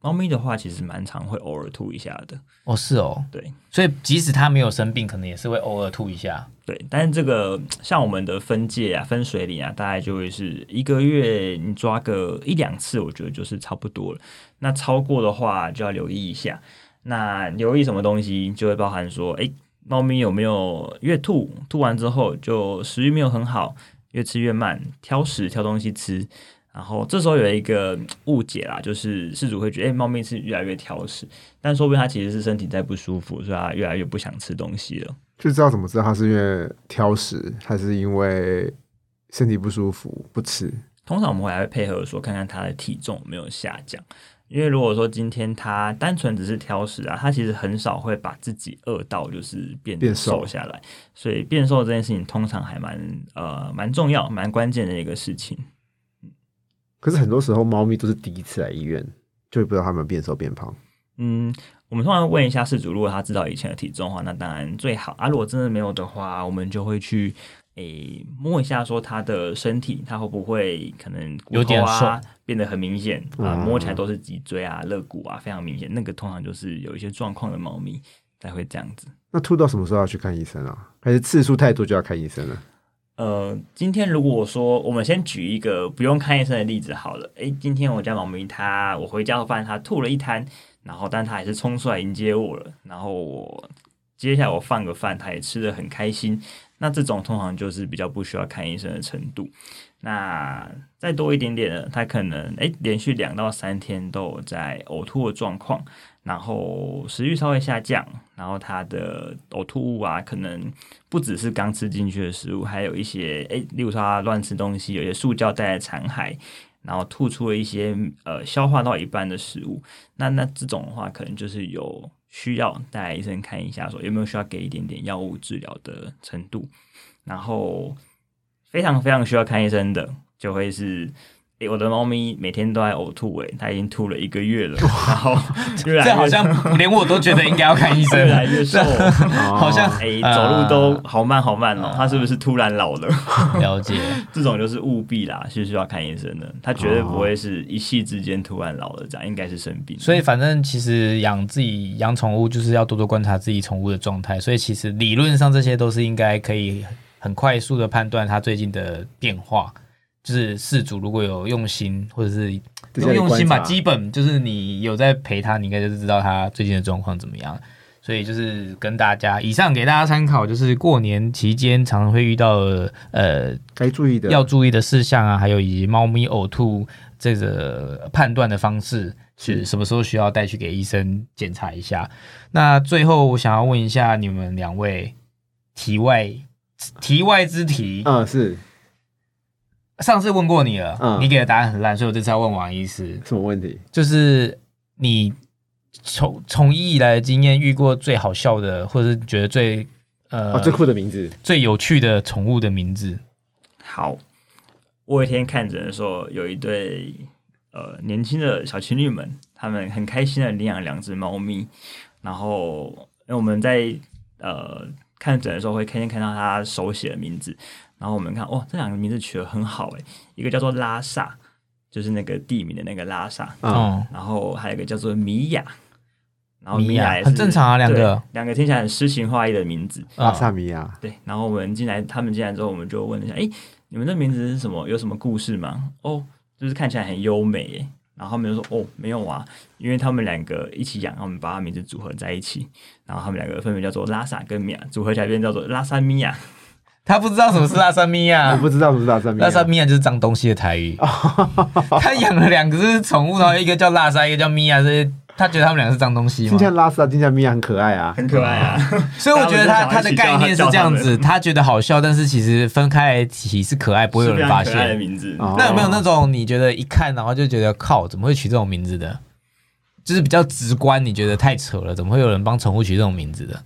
Speaker 3: 猫咪的话，其实蛮常会偶尔吐一下的，
Speaker 4: 哦，是哦，
Speaker 3: 对
Speaker 4: 所以即使它没有生病，可能也是会偶尔吐一下。
Speaker 3: 对。但是这个像我们的分界啊、分水岭啊，大概就会是一个月你抓个一两次，我觉得就是差不多了。那超过的话就要留意一下。那留意什么东西，就会包含说，诶，猫咪有没有越吐，吐完之后就食欲没有很好，越吃越慢，挑食挑东西吃。然后这时候有一个嗯误解啦，就是饲主会觉得，诶，猫咪是越来越挑食，但说不定它其实是身体在不舒服，所以它越来越不想吃东西了。
Speaker 2: 就知道怎么知道他是因为挑食，还是因为身体不舒服不吃？
Speaker 3: 通常我们会还会配合说，看看它的体重有没有下降。因为如果说今天它单纯只是挑食啊，它其实很少会把自己饿到就是变
Speaker 2: 变瘦
Speaker 3: 瘦下来，所以变瘦这件事情通常还蛮呃蛮重要、蛮关键的一个事情。
Speaker 2: 可是很多时候猫咪都是第一次来医院，就也不知道它们变瘦变胖。
Speaker 3: 嗯，我们通常问一下事主，如果他知道以前的体重的话，那当然最好啊。如果真的没有的话，我们就会去诶、摸一下，说他的身体，他会不会可能骨头啊
Speaker 4: 有点瘦
Speaker 3: 变得很明显啊，
Speaker 2: 嗯
Speaker 3: 摸起来都是脊椎啊、肋骨啊，非常明显。那个通常就是有一些状况的猫咪才会这样子。
Speaker 2: 那吐到什么时候要去看医生啊？还是次数太多就要看医生
Speaker 1: [laughs]
Speaker 2: 了？
Speaker 3: 呃，今天如果说我们先举一个不用看医生的例子好了，诶，今天我家猫咪它，我回家后发现它吐了一滩，然后但它还是冲出来迎接我了，然后我接下来我放个饭，它也吃的很开心，那这种通常就是比较不需要看医生的程度。那再多一点点的，它可能诶连续两到三天都有在呕吐的状况，然后食欲稍微下降，然后它的呕吐物啊，可能不只是刚吃进去的食物，还有一些诶，例如说它乱吃东西，有些塑胶袋的残骸，然后吐出了一些呃消化到一半的食物。那那这种的话，可能就是有需要带来医生看一下，说有没有需要给一点点药物治疗的程度。然后非常非常需要看医生的，就会是。诶，我的猫咪每天都在呕吐、诶，它已经吐了一个
Speaker 1: [laughs]
Speaker 3: 月了，然后越来越
Speaker 1: 这好像连我都觉得应该要看医生
Speaker 3: 越
Speaker 1: 了
Speaker 3: 来。越
Speaker 1: [laughs]
Speaker 3: 瘦，
Speaker 2: 好
Speaker 1: 像
Speaker 3: 哎、
Speaker 4: 啊
Speaker 3: 走路都好慢好慢哦，他是不是突然老了？ [laughs]
Speaker 4: 了解，
Speaker 3: 这种就是务必啦，是需要看医生的。他绝对不会是一夕之间突然老了，这样应该是生病。
Speaker 4: 所以反正其实养自己养宠物就是要多多观察自己宠物的状态，所以其实理论上这些都是应该可以很快速的判断它最近的变化。就是饲主如果有用心，或者是
Speaker 2: 这叫
Speaker 1: 用心吧，
Speaker 2: 观察
Speaker 1: 基本就是你有在陪他，你应该就是知道他最近的状况怎么样。所以就是跟大家以上给大家参考，就是过年期间常常会遇到的呃
Speaker 2: 该注意的
Speaker 1: 要
Speaker 2: 要
Speaker 1: 注意的事项啊，还有以及猫咪呕吐这个判断的方式，是什么时候需要带去给医生检查一下。那最后我想要问一下你们两位题外题外之题，
Speaker 2: 嗯是
Speaker 1: 上次问过你了，
Speaker 2: 嗯
Speaker 1: 你给的答案很烂，所以我这次要问王医师。
Speaker 2: 什么问题？
Speaker 1: 就是你从从医以来的经验，遇过最好笑的，或者是觉得最呃、
Speaker 2: 哦，最酷的名字
Speaker 1: 最有趣的宠物的名字，
Speaker 3: 好，我有一天看诊的时候，有一对呃年轻的小情侣们，他们很开心的领养两只猫咪，然后呃因为我们在呃看诊的时候会看见看到他哦哎手写的名字，然后我们看哇，这两个名字取得很好诶，一个叫做拉萨，就是那个地名的那个拉萨，
Speaker 2: 啊，
Speaker 1: 嗯，
Speaker 3: 然后还有一个叫做米雅，然后
Speaker 1: 米雅
Speaker 3: 雅也是
Speaker 1: 很正常啊两个
Speaker 3: 对两个听起来很诗情画意的名字。
Speaker 2: 拉
Speaker 1: 啊，
Speaker 2: 萨米亚，
Speaker 3: 对，然后我们进来，他们进来之后，我们就问了一下，诶，你们的名字是什么？有什么故事吗？哦，就是看起来很优美耶。然后他们就说，哦，没有啊，因为他们两个一起养，我们把他名字组合在一起，然后他们两个分别叫做拉萨跟米亚，组合起来变叫做拉萨米亚。
Speaker 1: 他不知道什么是拉萨米
Speaker 2: 我 [laughs]
Speaker 1: 亚，
Speaker 2: 不知道什么是拉萨米亚，
Speaker 1: 拉萨米啊亚就是脏东西的台语。
Speaker 3: 哦
Speaker 1: [laughs] 他养了两个是宠物，然后一个叫拉萨，一个叫米亚，这些他觉得他们两个是脏东西
Speaker 2: 听
Speaker 1: 吗
Speaker 2: 起？来拉萨，听起来米亚很可爱啊，
Speaker 3: 很可爱 [laughs] 啊。
Speaker 1: 所以我觉得他
Speaker 3: 大家
Speaker 1: 他
Speaker 3: 会
Speaker 1: 的
Speaker 3: 想要一起
Speaker 1: 概念是这样
Speaker 3: 叫他
Speaker 1: 子，他觉得好笑，但是其实分开来起是可爱，不会有人发
Speaker 3: 是非常可爱
Speaker 1: 现。
Speaker 3: 的名字。
Speaker 2: 哦
Speaker 1: 那有没有那种你觉得一看然后就觉得靠，怎么会取这种名字的？就是比较直观，你觉得太扯了，怎么会有人帮宠物取这种名字的？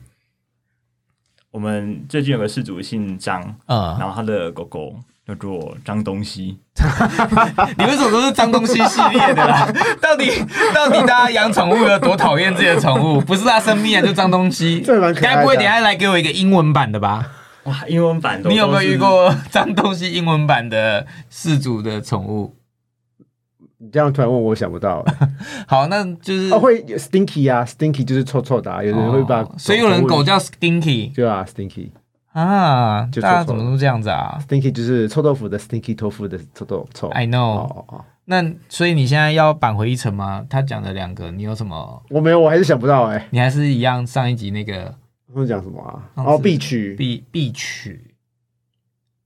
Speaker 3: 我们最近有个事主姓张，
Speaker 1: 嗯，
Speaker 3: 然后他的狗狗叫做张东西，
Speaker 1: 你为什么都是脏东西系列的啦？ [laughs] 到底到底大家养宠物有多讨厌自己的宠物？不是它生病啊，就脏东西。
Speaker 2: 这蛮可爱的啊
Speaker 1: 该不会你还来给我一个英文版的吧？
Speaker 3: 哇，英文版的。
Speaker 1: 你有没有遇？过脏东西英文版的饲主的宠物？
Speaker 2: 你这样突然问我，我想不
Speaker 1: [laughs]
Speaker 2: 到，
Speaker 1: 好，那就是
Speaker 2: 哦，会 stinky 啊，stinky 就是臭臭的啊，有人会把
Speaker 1: 哦，所以有人狗叫 Stinky
Speaker 2: 对啊，stinky。
Speaker 1: 啊，
Speaker 2: 就
Speaker 1: 大家
Speaker 2: 臭臭
Speaker 1: 怎
Speaker 2: 的
Speaker 1: 么都这样子啊
Speaker 2: Stinky 就是臭豆腐的 Stinky 豆腐的臭豆臭。
Speaker 1: ？I know，、
Speaker 2: 哦哦，
Speaker 1: 那所以你现在要扳回一城吗？他讲的两个，你有什么？
Speaker 2: 我没有，我还是想不到哎、欸。
Speaker 1: 你还是一样上一集那个
Speaker 2: 他们讲什么啊？
Speaker 1: 上次
Speaker 2: 哦，必取。
Speaker 1: 必必取，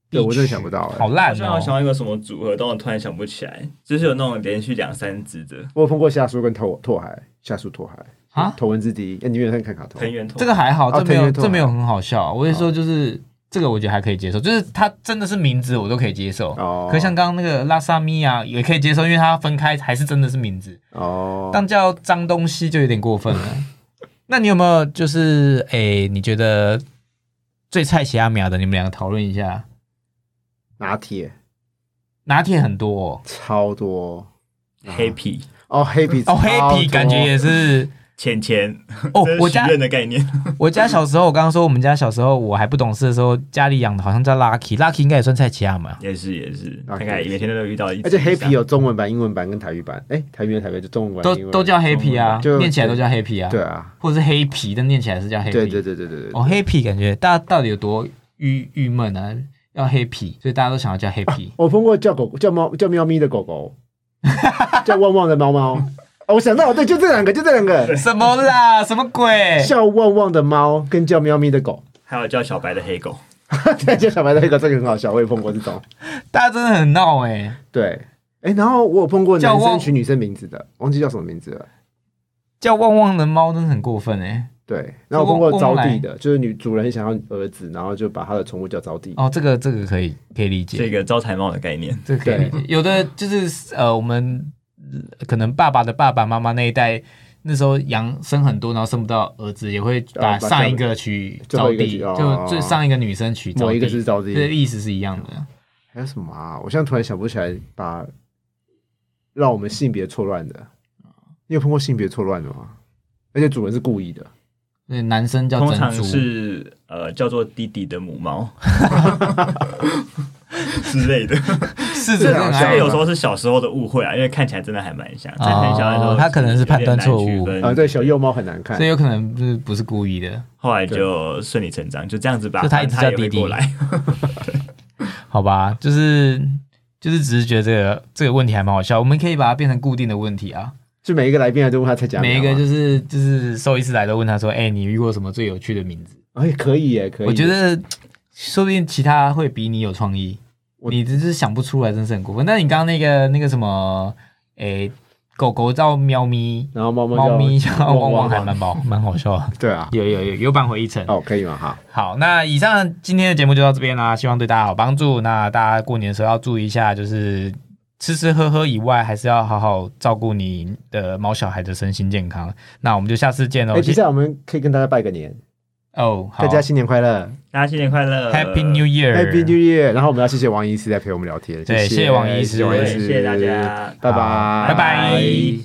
Speaker 2: 对
Speaker 1: 必
Speaker 2: 我真的
Speaker 1: 取
Speaker 2: 想不到欸
Speaker 1: 好
Speaker 3: 好
Speaker 1: 烂
Speaker 3: 像
Speaker 1: 哦
Speaker 3: 我！想到一个什么组合，但我突然想不起来，就是有那种连续两三只的
Speaker 2: 我有碰过夏树跟拓拓海，夏树拓海
Speaker 1: 啊
Speaker 2: 头文字 D。哎、你原来看卡通
Speaker 3: 藤？原拓
Speaker 1: 这个还好，
Speaker 2: 哦
Speaker 1: 这没有、
Speaker 2: 藤原拓
Speaker 1: 这
Speaker 2: 海
Speaker 1: 没有很好笑。我跟你
Speaker 2: 啊
Speaker 1: 说，就是、这个我觉得还可以接受，就是它真的是名字我都可以接受。
Speaker 2: 哦
Speaker 1: 可像刚刚那个拉萨米亚也可以接受，因为它分开还是真的是名字，
Speaker 2: 哦，
Speaker 1: 但叫脏东西就有点过分
Speaker 2: [laughs]
Speaker 1: 了。那你有没有就是诶、你觉得最菜奇阿米亚的？你们两个讨论一下。
Speaker 2: 拿铁
Speaker 1: 拿铁很多哦，
Speaker 2: 超多。
Speaker 3: Happy
Speaker 1: [laughs]
Speaker 2: 哦，黑皮
Speaker 1: 哦黑皮感觉也是
Speaker 3: 浅浅 [laughs]
Speaker 1: 哦
Speaker 3: 这，是
Speaker 1: 我
Speaker 3: 许
Speaker 1: 家
Speaker 3: 愿的概念，
Speaker 1: 我家小时候，我刚刚说我们家小时候我还不懂事的时候，家里养的好像叫 Lucky，Lucky 应该也算菜奇亚嘛。
Speaker 3: 也是也是，
Speaker 2: 啊
Speaker 3: 大概
Speaker 2: 对
Speaker 3: 每天都有遇到一只
Speaker 2: 而
Speaker 3: 以
Speaker 2: 且
Speaker 3: 上。
Speaker 2: 黑皮有中文版、英文版跟台语版。哎、台语跟台语就中文版
Speaker 1: 啊都
Speaker 2: 英文版
Speaker 1: 都叫黑皮啊，
Speaker 2: 嗯就
Speaker 1: 念起来都叫黑皮啊，
Speaker 2: 对，啊，
Speaker 1: 或者是黑皮，但念起来是叫黑皮。
Speaker 2: 对对对对对对。
Speaker 1: 哦，黑皮感觉大家到底有多郁郁闷啊？要黑皮，所以大家都想要叫黑
Speaker 2: [laughs]
Speaker 1: 皮。
Speaker 2: 我碰过叫狗叫猫叫喵咪的
Speaker 1: [laughs]
Speaker 2: 狗狗，叫旺旺的猫猫。哦，我想到了，对，就这两个，就这两个。
Speaker 1: 什么啦？什么鬼？
Speaker 2: 叫旺旺的猫跟叫喵咪的狗， [laughs]
Speaker 3: 还有叫小白的黑狗，
Speaker 2: 对，叫小白的那个这个很好笑，我也碰过这种。
Speaker 1: 大家真的很闹哎、
Speaker 2: 对，哎、然后我有碰过
Speaker 1: 叫
Speaker 2: 男
Speaker 1: 旺
Speaker 2: 生取女生名字的，忘记叫什么名字了。
Speaker 1: 叫旺旺的猫真的很过分哎、
Speaker 2: 对，然后我碰过招娣的，就是女主人想要儿子，然后就把她的宠物叫招娣。
Speaker 1: 哦，这个这个可以可以理
Speaker 3: 是
Speaker 1: 解
Speaker 3: 一，个招财猫的概念。
Speaker 1: 这个可以理解。有的就是呃，我们呃可能爸爸的爸爸妈妈那一代。那时候羊生很多，然后生不到儿子，也会把
Speaker 2: 哦把
Speaker 1: 上一个取
Speaker 2: 最
Speaker 1: 招
Speaker 2: 后一个取
Speaker 1: 娣，
Speaker 2: 哦
Speaker 1: 就最上一个女生取招
Speaker 2: 某一个
Speaker 1: 娣
Speaker 2: 是，招
Speaker 1: 这
Speaker 2: 娣，
Speaker 1: 意思是一样的。
Speaker 2: 还有什么啊？我现在突然想不起来，把让我们性别错乱的，你有碰过性别错乱的吗？而且主人是故意的，
Speaker 1: 那男生叫
Speaker 3: 通
Speaker 1: 珍
Speaker 3: 常
Speaker 1: 珠，
Speaker 3: 是呃叫做弟弟的母猫 [laughs] 之
Speaker 1: [laughs]
Speaker 3: 类的，
Speaker 1: 是
Speaker 2: 这
Speaker 1: 这
Speaker 2: 两
Speaker 1: 样
Speaker 2: 个
Speaker 3: 这
Speaker 2: 像
Speaker 1: 啊。
Speaker 3: 个有时候是小时候的误会啊，因为看起来真的还蛮像。在很小的时候
Speaker 1: 哦，他可能是判断错误
Speaker 3: 有点难区分
Speaker 2: 啊，对，小幼猫很难看
Speaker 1: 所以。有可能不是不是故意的，
Speaker 3: 后来就顺理成章，就这样子吧。
Speaker 1: 就他一直叫弟弟
Speaker 3: 也会过来，
Speaker 1: 好吧？就是就是只是觉得这个这个问题还蛮好笑，我们可以把它变成固定的问题啊。
Speaker 2: 就每一个来宾来都问他才讲，
Speaker 1: 每一个就是就是兽医师来都问他说：“哎、你遇过什么最有趣的名字
Speaker 2: 哎，可以耶，可？”以。
Speaker 1: 我觉得说不定其他会比你有创意，
Speaker 2: 我
Speaker 1: 你只是想不出来，真是很过分。那你刚刚那个那个什么，哎、狗狗叫喵咪，
Speaker 2: 然后猫猫
Speaker 1: 猫咪叫汪
Speaker 2: 汪
Speaker 1: 汪，还蛮好蛮好笑的。
Speaker 2: 对啊，
Speaker 1: 有有有有扳回一城。
Speaker 2: 哦，可以吗？哈，
Speaker 1: 好，那以上今天的节目就到这边啦，希望对大家有帮助。那大家过年的时候要注意一下，就是吃吃喝喝以外，还是要好好照顾你的毛小孩的身心健康。那我们就下次见喽
Speaker 2: 哎、。接下来我们可以跟大家拜个年，
Speaker 1: 哦，好
Speaker 2: 大家新年快乐
Speaker 3: 大家新年快乐
Speaker 1: ，Happy New Year，
Speaker 2: ，Happy New Year！然后我们要谢谢王医师来陪我们聊天，
Speaker 1: 对
Speaker 2: 谢
Speaker 1: 谢谢王医师
Speaker 2: 谢谢王医
Speaker 3: 对
Speaker 2: 师，
Speaker 3: 谢谢大家
Speaker 2: 拜
Speaker 1: 好
Speaker 2: 拜，
Speaker 1: 拜拜